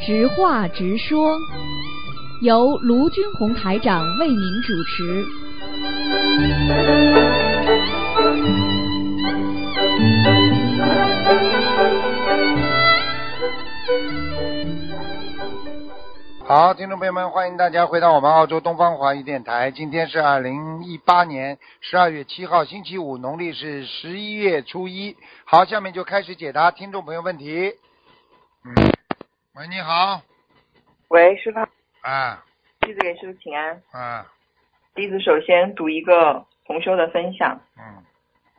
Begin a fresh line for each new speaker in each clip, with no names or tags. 直话直说，由卢军红台长为您主持。
好，听众朋友们，欢迎大家回到我们澳洲东方华语电台。今天是二零一八年十二月七号，星期五，农历是十一月初一。好，下面就开始解答听众朋友问题。嗯，喂，你好，
喂，师傅，
啊
弟子给师傅请安。
啊，
弟子首先读一个同修的分享
嗯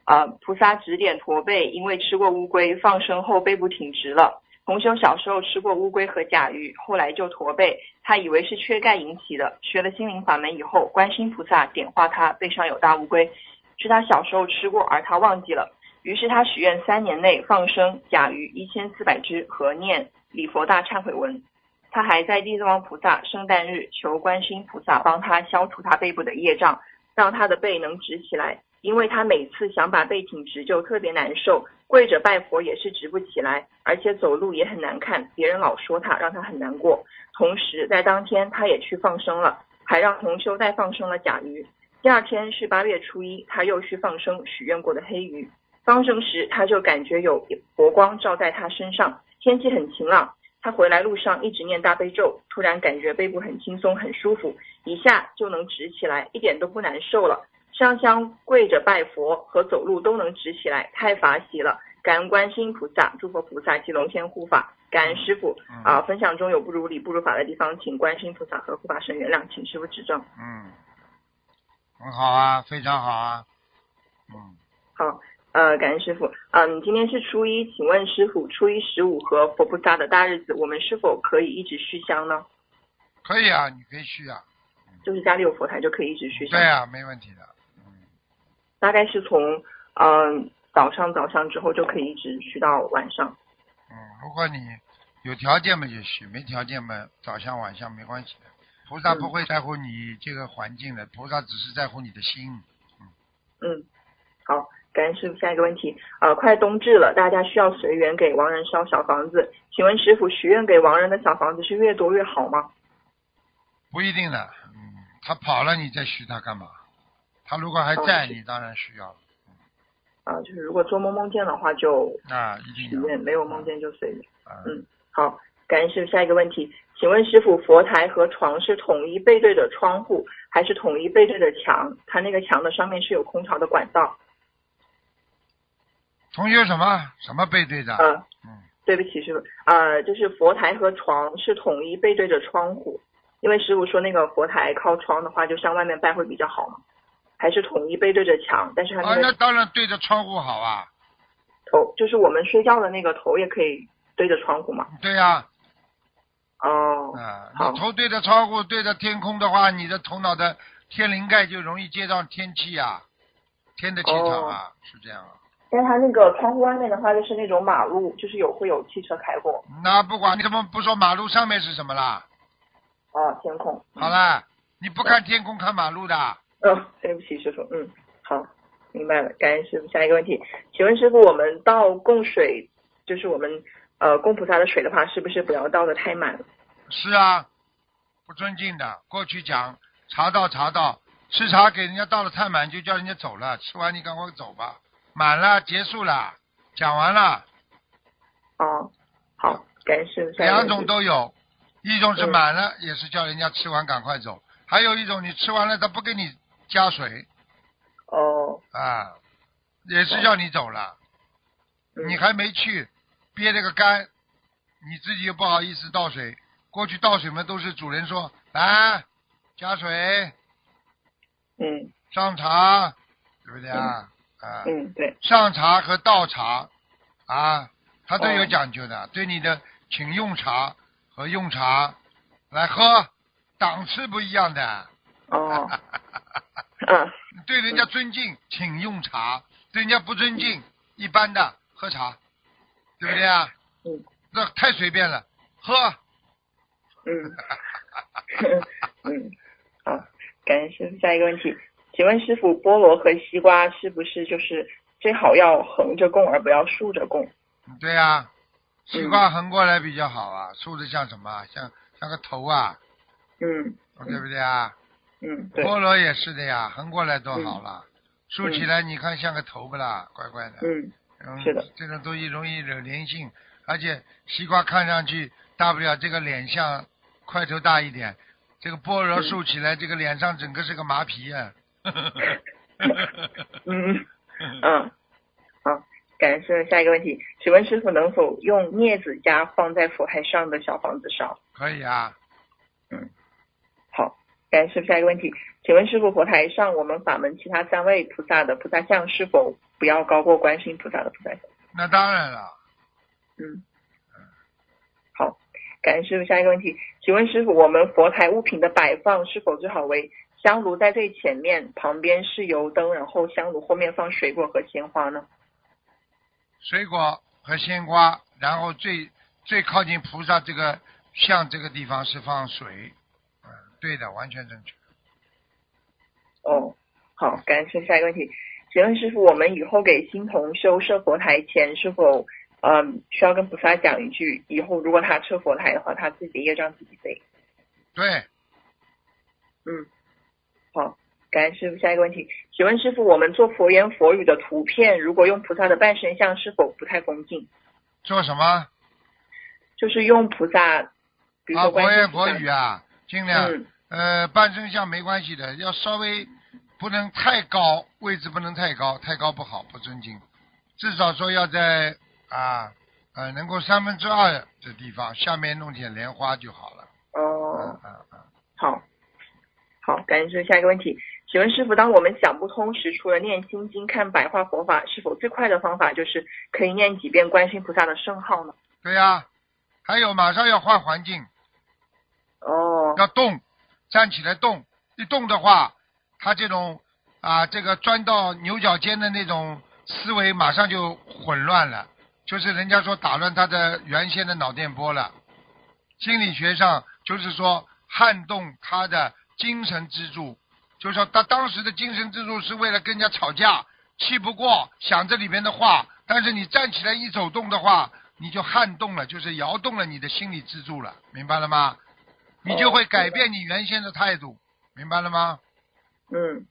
啊、菩萨指点驼背，因为吃过乌龟，放生后背部挺直了。同修小时候吃过乌龟和甲鱼，后来就驼背，他以为是缺钙引起的。学了心灵法门以后，观世音菩萨点化他背上有大乌龟，是他小时候吃过，而他忘记了。于是他许愿三年内放生甲鱼一千四百只和念礼佛大忏悔文。他还在地藏王菩萨圣诞日求观世音菩萨帮他消除他背部的业障，让他的背能直起来。因为他每次想把背挺直就特别难受，跪着拜佛也是直不起来，而且走路也很难看，别人老说他，让他很难过。同时在当天他也去放生了，还让同修再放生了甲鱼。第二天是八月初一，他又去放生许愿过的黑鱼。放生时他就感觉有佛光照在他身上，天气很晴朗。他回来路上一直念大悲咒，突然感觉背部很轻松，很舒服，一下就能直起来，一点都不难受了。上香跪着拜佛和走路都能直起来，太法喜了！感恩观世音菩萨、诸佛菩萨及龙天护法，感恩师傅
嗯
啊！分享中有不如理、不如法的地方，请观世音菩萨和护法神原谅，请师傅指正。
嗯，很好啊，非常好啊，嗯，
好，呃，感恩师傅。嗯，今天是初一，请问师傅，初一十五和佛菩萨的大日子，我们是否可以一直续香呢？
可以啊，你可以去啊，
就是家里有佛台就可以一直续香。
对啊，没问题的，
大概是从嗯、早上早上之后就可以一直续到晚上。
嗯，如果你有条件嘛就去，没条件嘛早上晚上没关系的，菩萨
嗯
不会在乎你这个环境的，菩萨只是在乎你的心，
嗯，好，感恩师傅。下一个问题，呃，快冬至了，大家需要随缘给亡人烧小房子，请问师傅，许愿给亡人的小房子是越多越好吗？
不一定的，嗯，他跑了你再许他干嘛？他如果还在，
哦是
你当然需要了
啊、就是如果做梦梦见的话就
啊，一
许
定要
愿，没有梦见就随缘。
啊，
嗯好，感恩师傅。下一个问题，请问师傅，佛台和床是统一背对着窗户，还是统一背对着墙？它那个墙的上面是有空调的管道。
同学什么什么背对着？
呃，
嗯，
对不起，师傅，呃，就是佛台和床是统一背对着窗户，因为师傅说那个佛台靠窗的话，就向外面拜会比较好嘛。还是统一背对着墙，但是它
啊，
那
那
个
当然对着窗户好啊，
头，就是我们睡觉的那个头也可以对着窗户嘛。
对啊呀、
哦
啊，，
好
你头对着窗户，对着天空的话，你的头脑的天灵盖就容易接到天气呀、天的气场
哦
啊，是这样啊。
但是它那个窗户外面的话，就是那种马路，就是有会有汽车开过，
那不管你怎么不说马路上面是什么啦？
哦、天空。嗯
好啦，你不看天空看马路的，
哦，对不起，师傅。嗯，好，明白了，感恩师傅。下一个问题，请问师傅，我们倒供水，就是我们呃供菩萨的水的话，是不是不要倒的太满？
是啊，不尊敬的。过去讲茶道茶道，吃茶给人家倒了太满就叫人家走了，吃完你赶快走吧，满了结束了，讲完了。
哦，好，感恩师傅。下一个
两
问题
种都有，一种是满了，也是叫人家吃完赶快走；还有一种你吃完了他不给你加水
哦，
啊，也是叫你走了，
嗯
你还没去，憋了个干，你自己又不好意思倒水。过去倒水嘛都是主人说来加水
嗯
上茶，对不对啊？啊，
嗯，对，
上茶和倒茶啊，它都有
哦
讲究的，对你的请用茶和用茶来喝，档次不一样的。
哦，嗯
对人家尊敬，请用茶；对人家不尊敬，一般的喝茶，对不对啊？
嗯，
这太随便了，喝。
嗯 嗯，好，感恩师傅。下一个问题，请问师傅，菠萝和西瓜是不是就是最好要横着供，而不要竖着供？
对啊，西瓜横过来比较好啊，竖着像什么啊？像像个头啊，
嗯
对不对啊？
嗯，对，
菠萝也是的呀，横过来多好啦，竖起来你看像个头不啦？乖乖的，
嗯
嗯
是的，
这种东西容易惹灵性，而且西瓜看上去大不了这个脸像块头大一点，这个菠萝
嗯
竖起来，这个脸上整个是个麻皮啊呀、
嗯嗯，好，感恩师傅。下一个问题，请问师傅能否用镊子夹放在佛台上的小房子上？
可以啊，
好，感恩师傅。下一个问题，请问师傅，佛台上我们法门其他三位菩萨的菩萨像是否不要高过观世音菩萨的菩萨像？
那当然了，
嗯，好，感恩师傅。下一个问题，请问师傅，我们佛台物品的摆放是否最好为香炉在最前面，旁边是油灯，然后香炉后面放水果和鲜花呢？
水果和鲜瓜，然后最最靠近菩萨这个像这个地方是放水，嗯，对的，完全正确。
哦，好，感恩师傅。下一个问题，请问师傅，我们以后给新同修设佛台前，是否嗯需要跟菩萨讲一句，以后如果他设佛台的话，他自己的业障自己背？
对，
嗯，好，感恩师傅。下一个问题，请问师傅，我们做佛言佛语的图片，如果用菩萨的半身像，是否不太恭敬？
做什么？
就是用菩萨，比如
啊，佛
说观世
言
音菩
佛
萨
语啊，尽量、
嗯
呃半身像没关系的，要稍微不能太高，位置不能太高，太高不好，不尊敬。至少说要在啊呃能够三分之二的地方，下面弄点莲花就好了。
哦
嗯，嗯嗯，
好，好，感恩师傅。下一个问题，请问师傅，当我们想不通时，除了念心经、看白话佛法，是否最快的方法就是可以念几遍观世音菩萨的圣号呢？
对呀、还有马上要换环境，
哦，
要动，站起来动，一动的话，他这种啊，这个钻到牛角尖的那种思维马上就混乱了，就是人家说打乱他的原先的脑电波了。心理学上就是说撼动他的精神支柱，就是说他当时的精神支柱是为了跟人家吵架，气不过，想这里边的话，但是你站起来一走动的话，你就撼动了，就是摇动了你的心理支柱了，明白了吗？你就会改变你原先的态度，明白了吗？
嗯，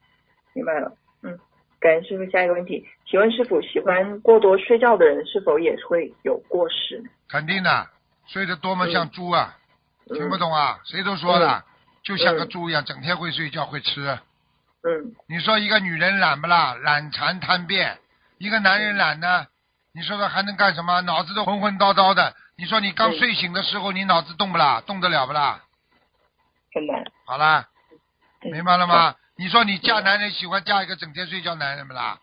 明白了。嗯，感恩师傅。下一个问题，请问师傅，喜欢过多睡觉的人是否也会有过失？
肯定的，睡得多么像猪啊，
嗯
听不懂啊？谁都说了，就像个猪一样，整天会睡觉会吃。
嗯
你说一个女人懒不啦？懒馋贪便，一个男人懒呢？你说说还能干什么？脑子都昏昏叨叨的。你说你刚
嗯
睡醒的时候，你脑子动不啦？动得了不啦？
很难。
好啦，
嗯
明白了？吗？你说你嫁
明白
男人喜欢嫁一个整天睡觉男人不啦？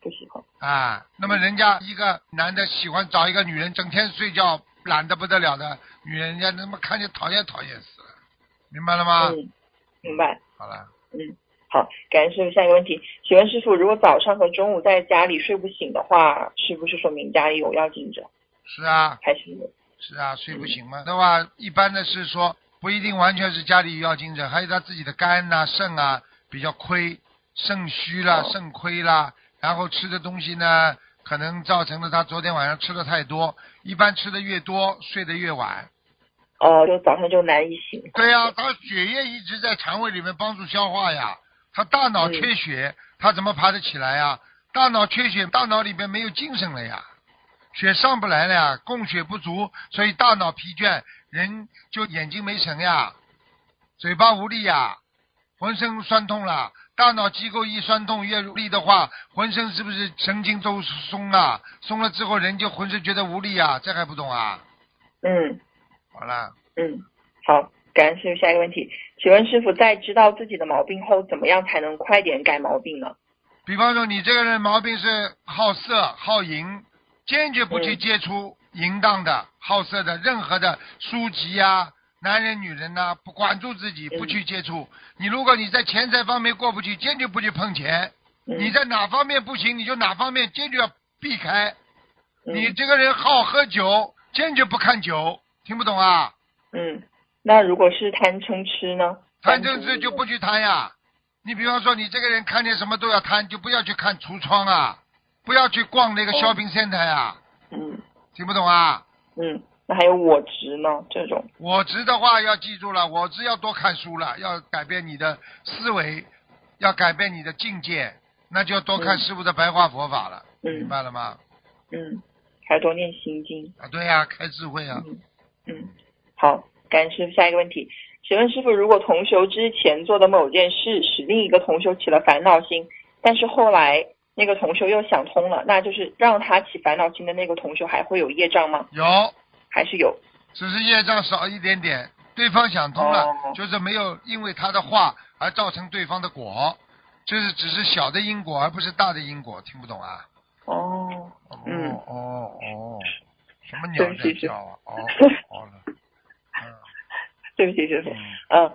不喜欢。
啊，那么人家一个男的喜欢找一个女人整天睡觉懒得不得了的女人，人家他妈看见讨厌讨厌死了，明白了吗？
嗯，明白。
好了，
嗯，好，感恩师傅。下一个问题，请问师傅，如果早上和中午在家里睡不醒的话，是不是说明家里有要紧者？
是啊，
还是有？
是啊，睡不醒嘛。的话，一般的是说不一定完全是家里要精神，还有他自己的肝呐、肾啊比较亏，肾虚啦、
哦
肾亏啦，然后吃的东西呢，可能造成了他昨天晚上吃的太多，一般吃的越多，睡得越晚。
哦，就早上就难以醒。
对呀、他血液一直在肠胃里面帮助消化呀。他大脑缺血，他怎么爬得起来呀？大脑缺血，大脑里面没有精神了呀，血上不来了呀，供血不足，所以大脑疲倦，人就眼睛没神呀，嘴巴无力呀，浑身酸痛啦。大脑机构一酸痛越无力的话，浑身是不是神经都松啊？松了之后人就浑身觉得无力啊，这还不懂啊？
嗯
好了。
嗯，好，感恩师傅。下一个问题，请问师傅，在知道自己的毛病后，怎么样才能快点改毛病呢？
比方说，你这个人毛病是好色、好淫，坚决不去
嗯
接触淫荡的、好色的任何的书籍呀、男人、女人呐、不管住自己，
嗯
不去接触。你如果你在钱财方面过不去，坚决不去碰钱。
嗯、
你在哪方面不行，你就哪方面坚决要避开。你
嗯
这个人好喝酒，坚决不看酒，听不懂啊？
嗯，那如果是贪嗔痴呢？
贪嗔痴就不去贪呀。你比方说，你这个人看见什么都要贪，就不要去看橱窗啊，不要去逛那个
哦
shopping center 啊，
嗯
听不懂啊？
嗯，那还有我执呢？这种
我执的话要记住了，我执要多看书了，要改变你的思维，要改变你的境界，那就多看
嗯
师傅的白话佛法了，
嗯
明白了吗？
嗯，还多念心经。
啊，对呀、开智慧啊，
嗯嗯，好，感谢师傅。下一个问题，请问师傅，如果同修之前做的某件事使另一个同修起了烦恼心，但是后来那个同修又想通了，那就是让他起烦恼心的那个同修还会有业障吗？
有，
还是有？
只是业障少一点点，对方想通了，
哦
就是没有因为他的话而造成对方的果，就是只是小的因果，而不是大的因果，听不懂啊？
哦，
哦
嗯
哦哦，什么鸟在
对是
叫啊？ 哦哦了，
对不起，师傅
嗯。
嗯，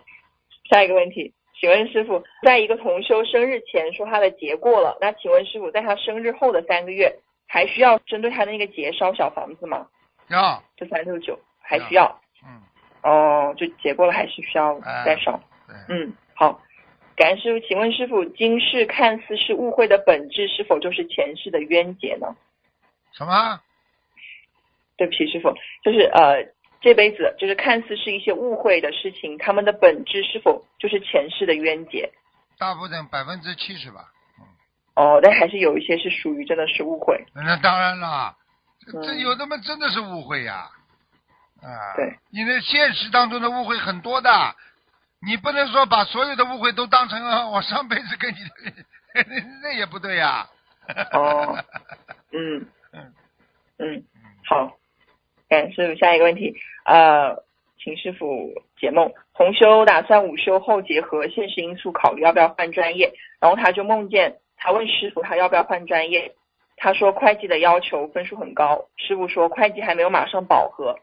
下一个问题，请问师傅，在一个同修生日前说他的劫过了，那请问师傅，在他生日后的三个月，还需要针对他的那个劫烧小房子吗？
要
这三六九还需
要
要？
嗯
哦，就结过了还是需要再烧。
对。
嗯，好，感恩师傅。请问师傅，今世看似是误会的本质，是否就是前世的冤结呢？
什么？
对不起，师傅，就是呃，这辈子就是看似是一些误会的事情，他们的本质是否就是前世的冤结？
大部分百分之七十吧。
哦，但还是有一些是属于真的是误会。
那当然啦，这
嗯
这有的嘛真的是误会呀、啊。
对。
你的现实当中的误会很多的，你不能说把所有的误会都当成啊，我上辈子跟你的，那也不对呀、
哦嗯，嗯，好，哎感谢师傅。下一个问题，呃，请师傅解梦。同修打算午休后结合现实因素考虑要不要换专业，然后他就梦见他问师傅他要不要换专业，他说会计的要求分数很高，师傅说会计还没有马上饱和，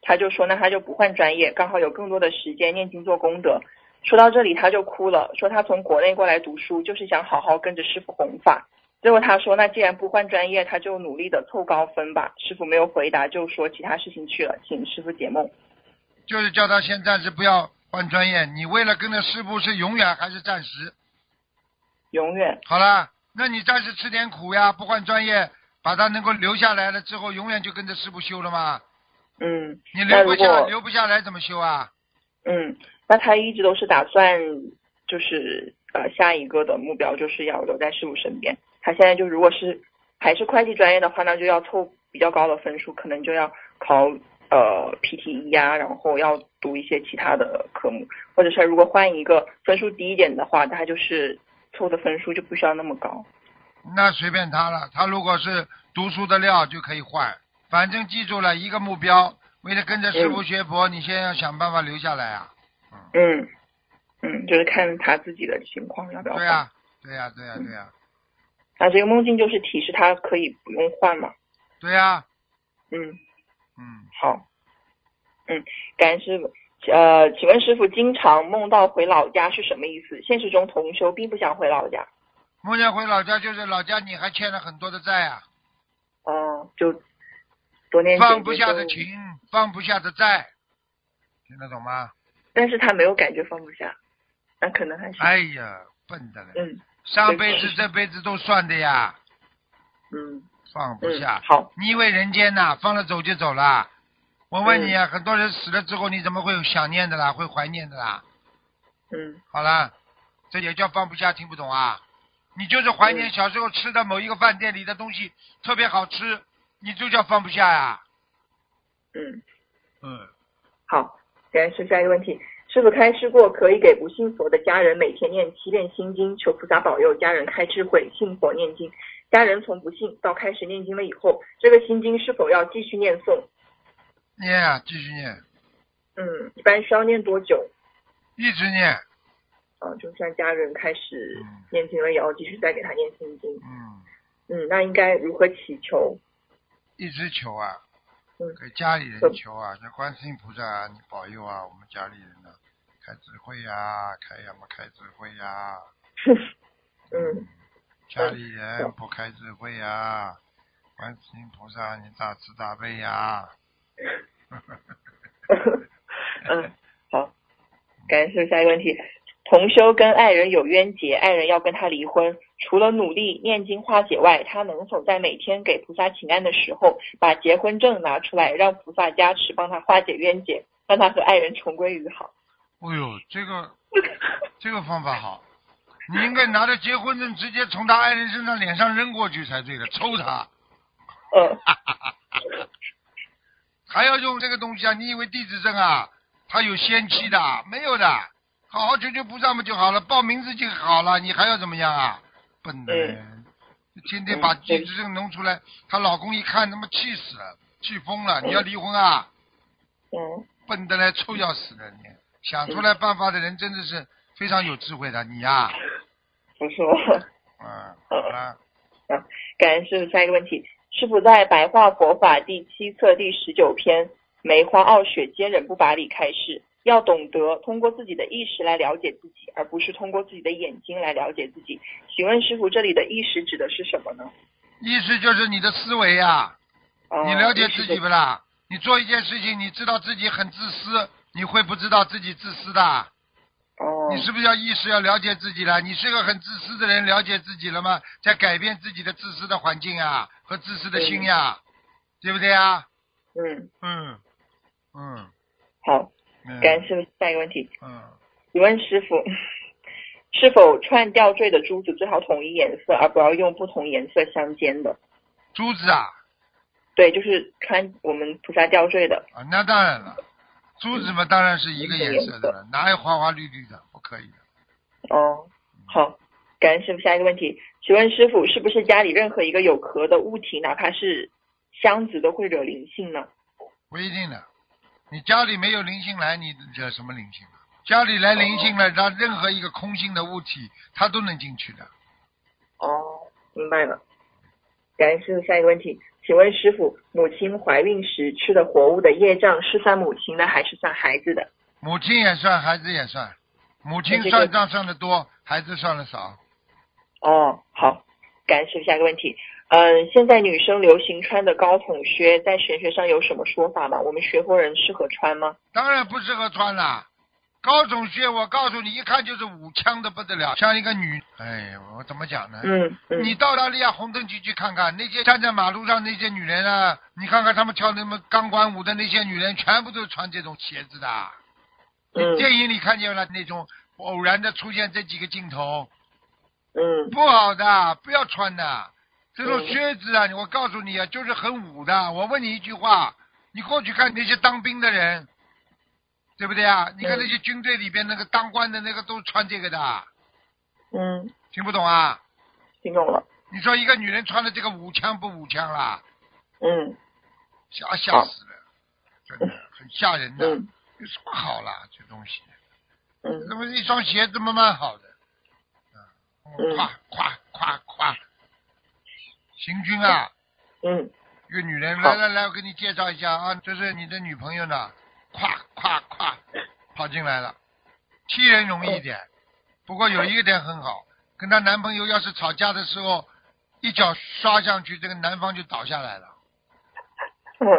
他就说那他就不换专业，刚好有更多的时间念经做功德。说到这里他就哭了，说他从国内过来读书就是想好好跟着师傅弘法，最后他说：“那既然不换专业，他就努力的凑高分吧。”师傅没有回答，就说其他事情去了，请师傅解梦。
就是叫他先暂时不要换专业，你为了跟着师傅是永远还是暂时？
永远，
好啦，那你暂时吃点苦呀，不换专业，把他能够留下来了之后，永远就跟着师傅修了吗？
嗯
你
那
留不
如
下，
果
留不下来怎么修啊？
嗯，那他一直都是打算，就是呃，下一个的目标就是要留在师傅身边。他现在就如果是还是会计专业的话，那就要凑比较高的分数，可能就要考呃 PTE 呀、然后要读一些其他的科目，或者是如果换一个分数低一点的话，他就是凑的分数就不需要那么高。
那随便他了，他如果是读书的料就可以换，反正记住了一个目标，为了跟着师傅学佛，你先要想办法留下来 啊。
嗯，嗯，就是看他自己的情况要不要换。
对呀、啊对呀、对呀、对啊呀、
那这个梦境就是提示他可以不用换嘛。
对呀、
嗯，
嗯，
好。嗯，感恩师傅。呃，请问师傅，经常梦到回老家是什么意思？现实中同修并不想回老家，
梦见回老家就是老家你还欠了很多的债啊，
嗯、就多念
放
姐
不
姐
下
咒
的情，放不下的债，听得懂吗？
但是他没有感觉放不下，那可能还是，
哎呀，笨的嘞，
嗯
上辈子这辈子都算的呀，
嗯
放不
嗯
下。，
好，
你以为人间呐、放了走就走啦？我问你啊，
嗯
很多人死了之后，你怎么会有想念的啦？会怀念的啦？
嗯
好啦，这也叫放不下，听不懂啊？你就是怀念
嗯
小时候吃的某一个饭店里的东西特别好吃，你就叫放不下呀、
嗯。
嗯，
好，感恩师下一个问题，师傅开示过可以给不信佛的家人每天念七遍心经，求菩萨保佑家人开智慧，信佛念经。家人从不信到开始念经了以后，这个心经是否要继续念诵？
念啊，继续念，
嗯，一般需要念多久？
一直念，
啊，就像家人开始
嗯
念经了，也要继续再给他念心经。
嗯，
嗯，那应该如何祈求？
一直求啊
嗯，
给家里人
嗯
求啊，像观世音菩萨啊，你保佑啊，我们家里人呢、开智慧呀、开呀嘛开智慧呀、
嗯
家里人不开智慧呀、观世音菩萨你大慈大悲啊呀、
嗯，好，感谢下一个问题。同修跟爱人有冤结，爱人要跟他离婚，除了努力念经化解外，他能否在每天给菩萨请安的时候，把结婚证拿出来，让菩萨加持，帮他化解冤结，让他和爱人重归于好？
哎呦，这个这个方法好，你应该拿着结婚证直接从他爱人身上脸上扔过去才对的，抽他，
嗯，
还要用这个东西啊？你以为地址证啊，它有仙气的？没有的，好好求求菩萨们就好了，报名字就好了，你还要怎么样啊？笨的人，天天把
嗯对
地址证弄出来，她老公一看，他妈气死了，气疯了，你要离婚啊？
嗯，
笨的嘞，臭要死的你！想出来办法的人真的是非常有智慧的，你呀、
不是我。
嗯，好了，
感恩师傅。下一个问题，师傅在《白话佛法》第七册第十九篇“梅花傲雪坚忍不拔”里开示，要懂得通过自己的意识来了解自己，而不是通过自己的眼睛来了解自己。请问师傅，这里的意识指的是什么呢？
意思就是你的思维呀、
呃、
你了解自
意
己
识
不啦？你做一件事情，你知道自己很自私，你会不知道自己自私的？
的哦，
你是不是要意识要了解自己了？你是个很自私的人，了解自己了吗？在改变自己的自私的环境啊和自私的心呀、对不对啊？
嗯，
嗯嗯
好，
嗯
感恩师傅。下一个问题，
嗯，
请问师傅， 是否串吊坠的珠子最好统一颜色，而不要用不同颜色相间的？
珠子啊
对，就是穿我们菩萨吊坠的，
啊，那当然了，珠子嘛当然是一个颜色的了，哪有花花绿绿的？不可以的。
哦，好，感恩师傅。下一个问题，请问师傅，是不是家里任何一个有壳的物体，哪怕是箱子，都会惹灵性呢？
不一定的，你家里没有灵性来，你惹什么灵性啊？家里来灵性了，让任何一个空性的物体，它都能进去的。
哦，明白了。感恩师傅。下一个问题，请问师傅，母亲怀孕时吃的活物的业障是算母亲的还是算孩子的？
母亲也算，孩子也算，母亲
对对对
算账算的多，孩子算的少。
哦，好，感恩师傅。下一个问题，嗯，现在女生流行穿的高筒靴，在玄学上有什么说法吗？我们学佛人适合穿吗？
当然不适合穿啦。高筒靴，我告诉你，一看就是武枪的不得了，像一个女，哎，我怎么讲呢？
嗯嗯，
你到澳大利亚红灯区去看看，那些站在马路上那些女人啊，你看看她们跳那么钢管舞的那些女人，全部都穿这种鞋子的。
嗯
电影里看见了那种偶然的出现这几个镜头，
嗯
不好的，不要穿的。这种
嗯
靴子啊，我告诉你啊，就是很武的。我问你一句话，你过去看那些当兵的人，对不对
嗯
啊？你看那些军队里边那个当官的那个都穿这个的，
嗯，
听不懂啊？
听懂了。
你说一个女人穿的这个武枪不武枪啦？
嗯
吓吓死了，真的很吓人的，
啊嗯
有什么好啦？这东西，
嗯。
那么一双鞋子嘛蛮好的，嗯，
嗯
夸夸夸夸，行军啊，
嗯，
一个女人，来
好
来来，我给你介绍一下啊，这是你的女朋友呢，咵咵咵，跑进来了，踢人容易一点，不过有一个点很好，跟她男朋友要是吵架的时候，一脚刷上去，这个男方就倒下来了。
嗯，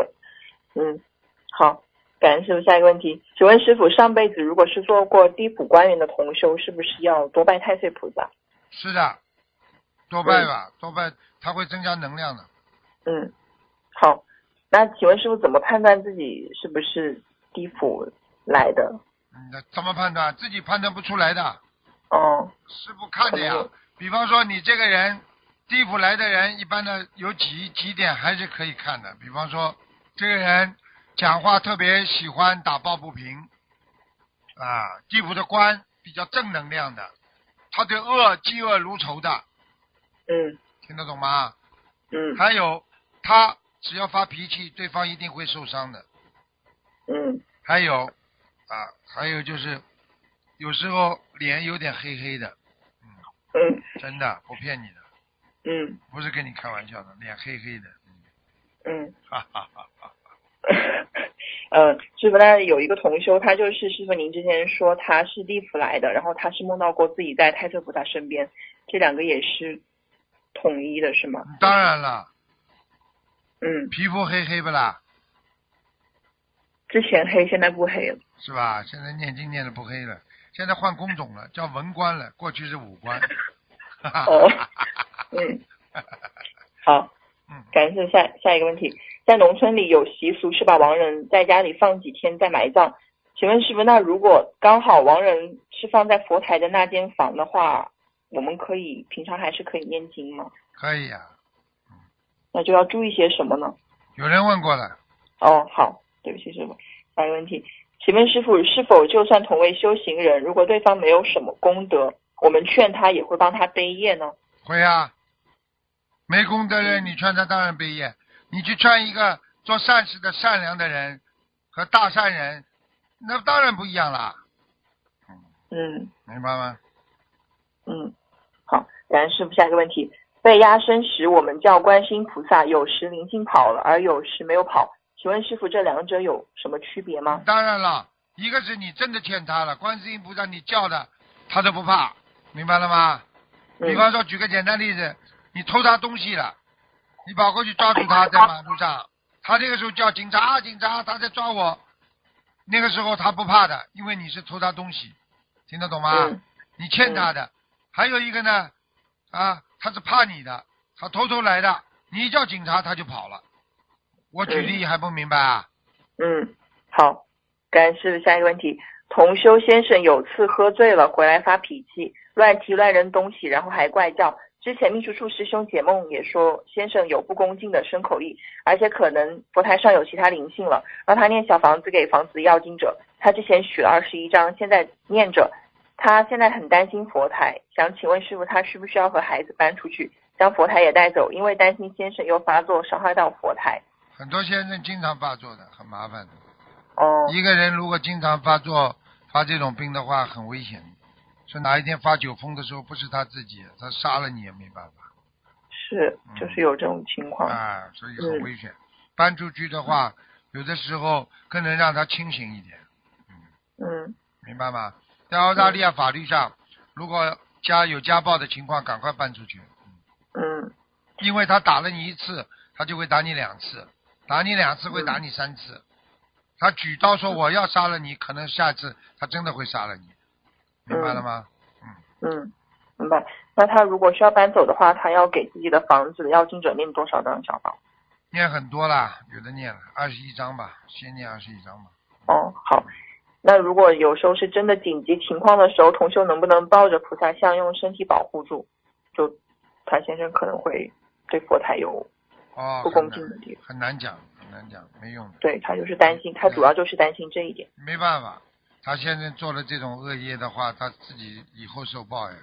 嗯，好，感恩师傅。下一个问题，请问师傅，上辈子如果是做过地府官员的同修，是不是要多拜太岁菩萨？
是的，多拜吧，多拜，它会增加能量的。
嗯，好，那请问师傅怎么判断自己是不是地府来的？
你的嗯怎么判断？自己判断不出来的，
哦，
师傅看着呀
嗯。
比方说你这个人，地府来的人，一般的有几几点还是可以看的。比方说，这个人讲话特别喜欢打抱不平，啊，地府的官比较正能量的，他对恶嫉恶如仇的，
嗯
听得懂吗？
嗯
还有，他只要发脾气，对方一定会受伤的。
嗯
还有啊，还有就是有时候脸有点黑黑的，
嗯
真的不骗你的，
嗯
不是跟你开玩笑的，脸黑黑的，嗯
嗯，
哈哈哈哈。
呃，师傅，那有一个同修，他就是师傅您之前说他是地府来的，然后他是梦到过自己在太岁菩萨身边，这两个也是统一的，是吗？
当然了，
嗯，
皮肤黑黑不啦，
之前黑，现在不黑了。
是吧？现在念经念的不黑了，现在换工种了，叫文官了，过去是武官。啊
哦，嗯，好，
嗯，
感谢下下一个问题，在农村里有习俗是把亡人在家里放几天再埋葬，请问师傅，那如果刚好亡人是放在佛台的那间房的话，我们可以平常还是可以念经吗？
可以啊。
那就要注意些什么呢？
有人问过了，
哦，好，对不起师傅，下一个问题，请问师傅，是否就算同为修行人，如果对方没有什么功德，我们劝他也会帮他背业呢？
会啊。没功德人，你劝他当然背业。你去劝一个做善事的善良的人和大善人，那当然不一样啦，
嗯，
明白吗？
嗯，好，感恩师傅。下一个问题，被压身时，我们叫观世音菩萨，有时灵性跑了，而有时没有跑。请问师傅，这两者有什么区别吗？
当然了，一个是你真的欠他了，观世音菩萨你叫的，他都不怕，明白了吗？比
嗯
方说，举个简单例子，你偷他东西了，你跑过去抓住他在马路 上，他这个时候叫警察，啊警察，他在抓我。那个时候他不怕的，因为你是偷他东西，听得懂吗？
嗯
你欠他的。还有一个呢，啊，他是怕你的，他偷偷来的，你一叫警察他就跑了。我举例还不明白啊？
嗯，好，感恩师傅。下一个问题，同修先生有次喝醉了回来发脾气，乱提乱扔东西，然后还怪叫。之前秘书处师兄解梦也说，先生有不恭敬的身口意，而且可能佛台上有其他灵性了，让他念小房子给房子要经者。他之前许了二十一章，现在念着。他现在很担心佛台，想请问师傅，他需不需要和孩子搬出去，将佛台也带走？因为担心先生又发作，伤害到佛台。
很多先生经常发作的，很麻烦的。
哦，
一个人如果经常发作发这种病的话，很危险。说哪一天发酒疯的时候，不是他自己，他杀了你也没办法
是，就是有这种情况。
啊，所以很危险。搬出去的话，有的时候更能让他清醒一点，
嗯
明白吗？在澳大利亚法律上，如果家有家暴的情况，赶快搬出去，
嗯
因为他打了你一次，他就会打你两次，打你两次
嗯
会打你三次。他举刀说我要杀了你，可能下次他真的会杀了你，明白了吗？
嗯，明白。那他如果需要搬走的话，他要给自己的房子的要经者念多少张小房？
念很多啦，有的念了二十一章吧，先念二十一章吧。
哦，好。那如果有时候是真的紧急情况的时候，同修能不能抱着菩萨像用身体保护住？就谭先生可能会对佛台有
哦，
不
很
恭敬的
难
地方，
很难讲，很难讲，没用的，
对他就是担心，他主要就是担心这一点。
没办法。他现在做了这种恶业的话，他自己以后受报呀。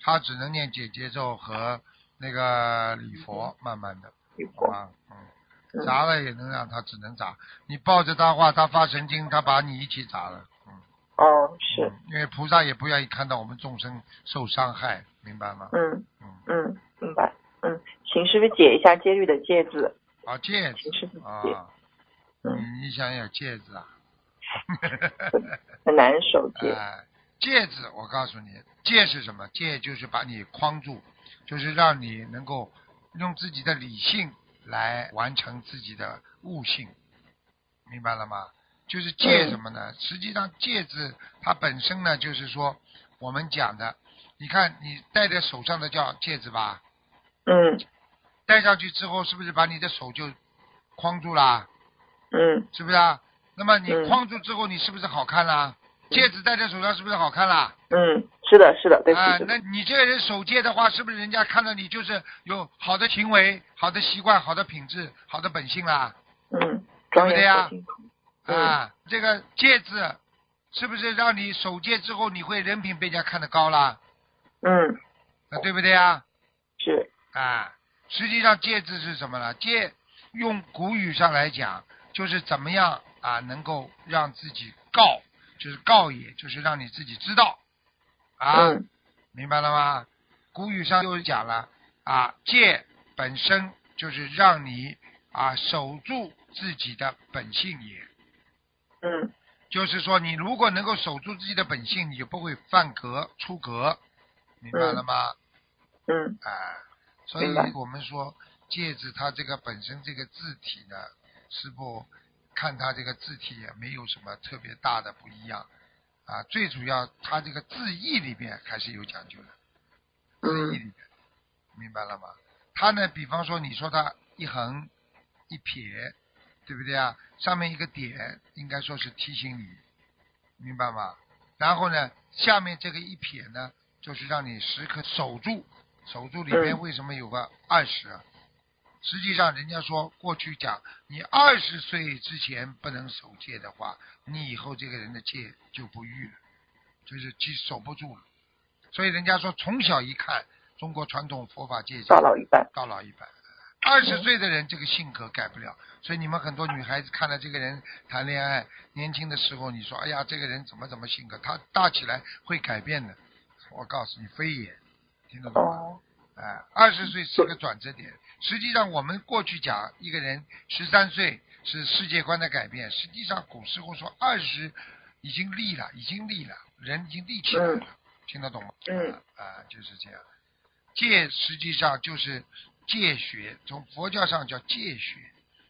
他只能念姐姐咒和那个礼佛，慢慢的，
如
好
果
吧？嗯，
嗯
砸了也能让他只能砸。你抱着他话，他发神经，他把你一起砸了。嗯，
哦是
嗯因为菩萨也不愿意看到我们众生受伤害，明白吗？
嗯
嗯，
嗯明白嗯，请师傅解一下戒律的戒字，
啊，戒指
请师傅解
啊，
嗯
你你想想戒指啊，
很难守戒。
哎，戒指，我告诉你，戒是什么？戒就是把你框住，就是让你能够用自己的理性来完成自己的悟性，明白了吗？就是戒什么呢？实际上，戒指它本身呢，就是说我们讲的，你看你戴在手上的叫戒指吧，
嗯
戴上去之后，是不是把你的手就框住啦？
嗯
是不是啊？那么你
嗯
框住之后，你是不是好看啦？戒指戴在手上是不是好看啦？
嗯，是的是的，对不起
啊、
对不起
那你这个人守戒的话，是不是人家看到你就是有好的行为、好的习惯、好的品质、好的本性啦？
嗯，庄
对不对呀
严清楚。
啊，这个戒指是不是让你守戒之后，你会人品被人家看得高啦？
嗯，
啊，对不对啊？
是，
啊，实际上戒指是什么呢？戒用古语上来讲，就是怎么样啊，能够让自己告，就是告也，就是让你自己知道啊，
嗯
明白了吗？古语上就讲了啊，戒本身就是让你啊守住自己的本性也，
嗯
就是说，你如果能够守住自己的本性，你就不会犯格出格，明白了吗？
嗯
啊，所以
明白
我们说戒指它这个本身这个字体呢，师傅看它这个字体也没有什么特别大的不一样，啊，最主要他这个字义里边还是有讲究的，字义
嗯
里边，明白了吗？他呢，比方说你说他一横一撇，对不对啊？上面一个点，应该说是提醒你，明白吗？然后呢，下面这个一撇呢，就是让你时刻守住，守住里面
嗯
为什么有个二十、啊？实际上，人家说过去讲，你二十岁之前不能守戒的话，你以后这个人的戒就不遇了，就是既守不住了。所以人家说，从小一看中国传统佛法戒
到
教，
老一半。
到老一半。二十岁的人这个性格改不了，所以你们很多女孩子看到这个人谈恋爱，年轻的时候你说，哎呀，这个人怎么怎么性格，他大起来会改变的。我告诉你，非也，听得懂吗？
哦，
哎，二十岁是个转折点。实际上，我们过去讲一个人十三岁是世界观的改变，实际上古时候说二十已经立了，已经立了，人已经立起来了，
嗯
听得懂吗？
嗯
啊、就是这样。戒实际上就是戒学，从佛教上叫戒学。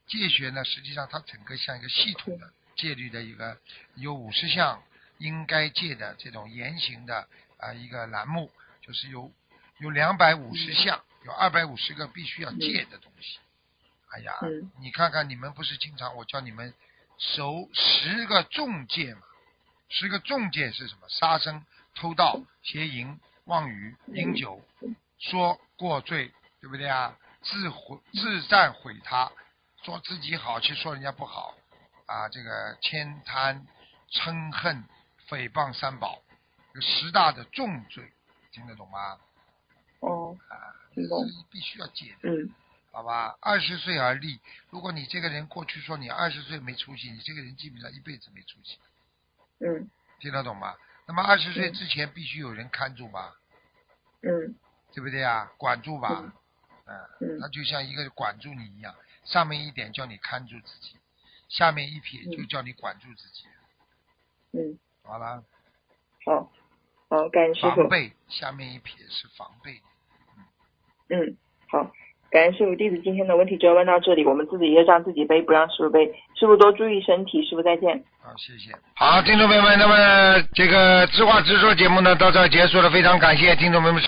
戒学呢，实际上它整个像一个系统的戒律的一个有五十项应该戒的这种言行的啊、一个栏目，就是有有两百五十项，有二百五十个必须要戒的东西。哎呀，
嗯
你看看你们不是经常我叫你们守十个重戒吗？十个重戒是什么？杀生、偷盗、邪淫、妄语、饮酒、说过罪，对不对啊？自毁、自赞毁他，说自己好，去说人家不好，啊，这个悭贪、嗔恨、诽谤三宝，有十大的重罪，听得懂吗？
哦，听懂
这是必须要戒的。
嗯
好吧，二十岁而立。如果你这个人过去说你二十岁没出息，你这个人基本上一辈子没出息，
嗯
听得懂吗？那么二十岁
嗯
之前必须有人看住吧，
嗯
对不对啊？管住吧，
嗯嗯
他就像一个管住你一样，上面一点叫你看住自己，下面一撇就
嗯
叫你管住自己。
嗯，
好了，
好，好，感恩师傅
防。备，下面一撇是防备。
嗯，好，感恩师傅弟子今天的问题就问到这里，我们自己业障自己背，不让师傅背。师傅多注意身体，师傅再见。
好，谢谢。好，听众朋友们，那么这个《直话直说》节目呢，到这儿结束了，非常感谢听众朋友们。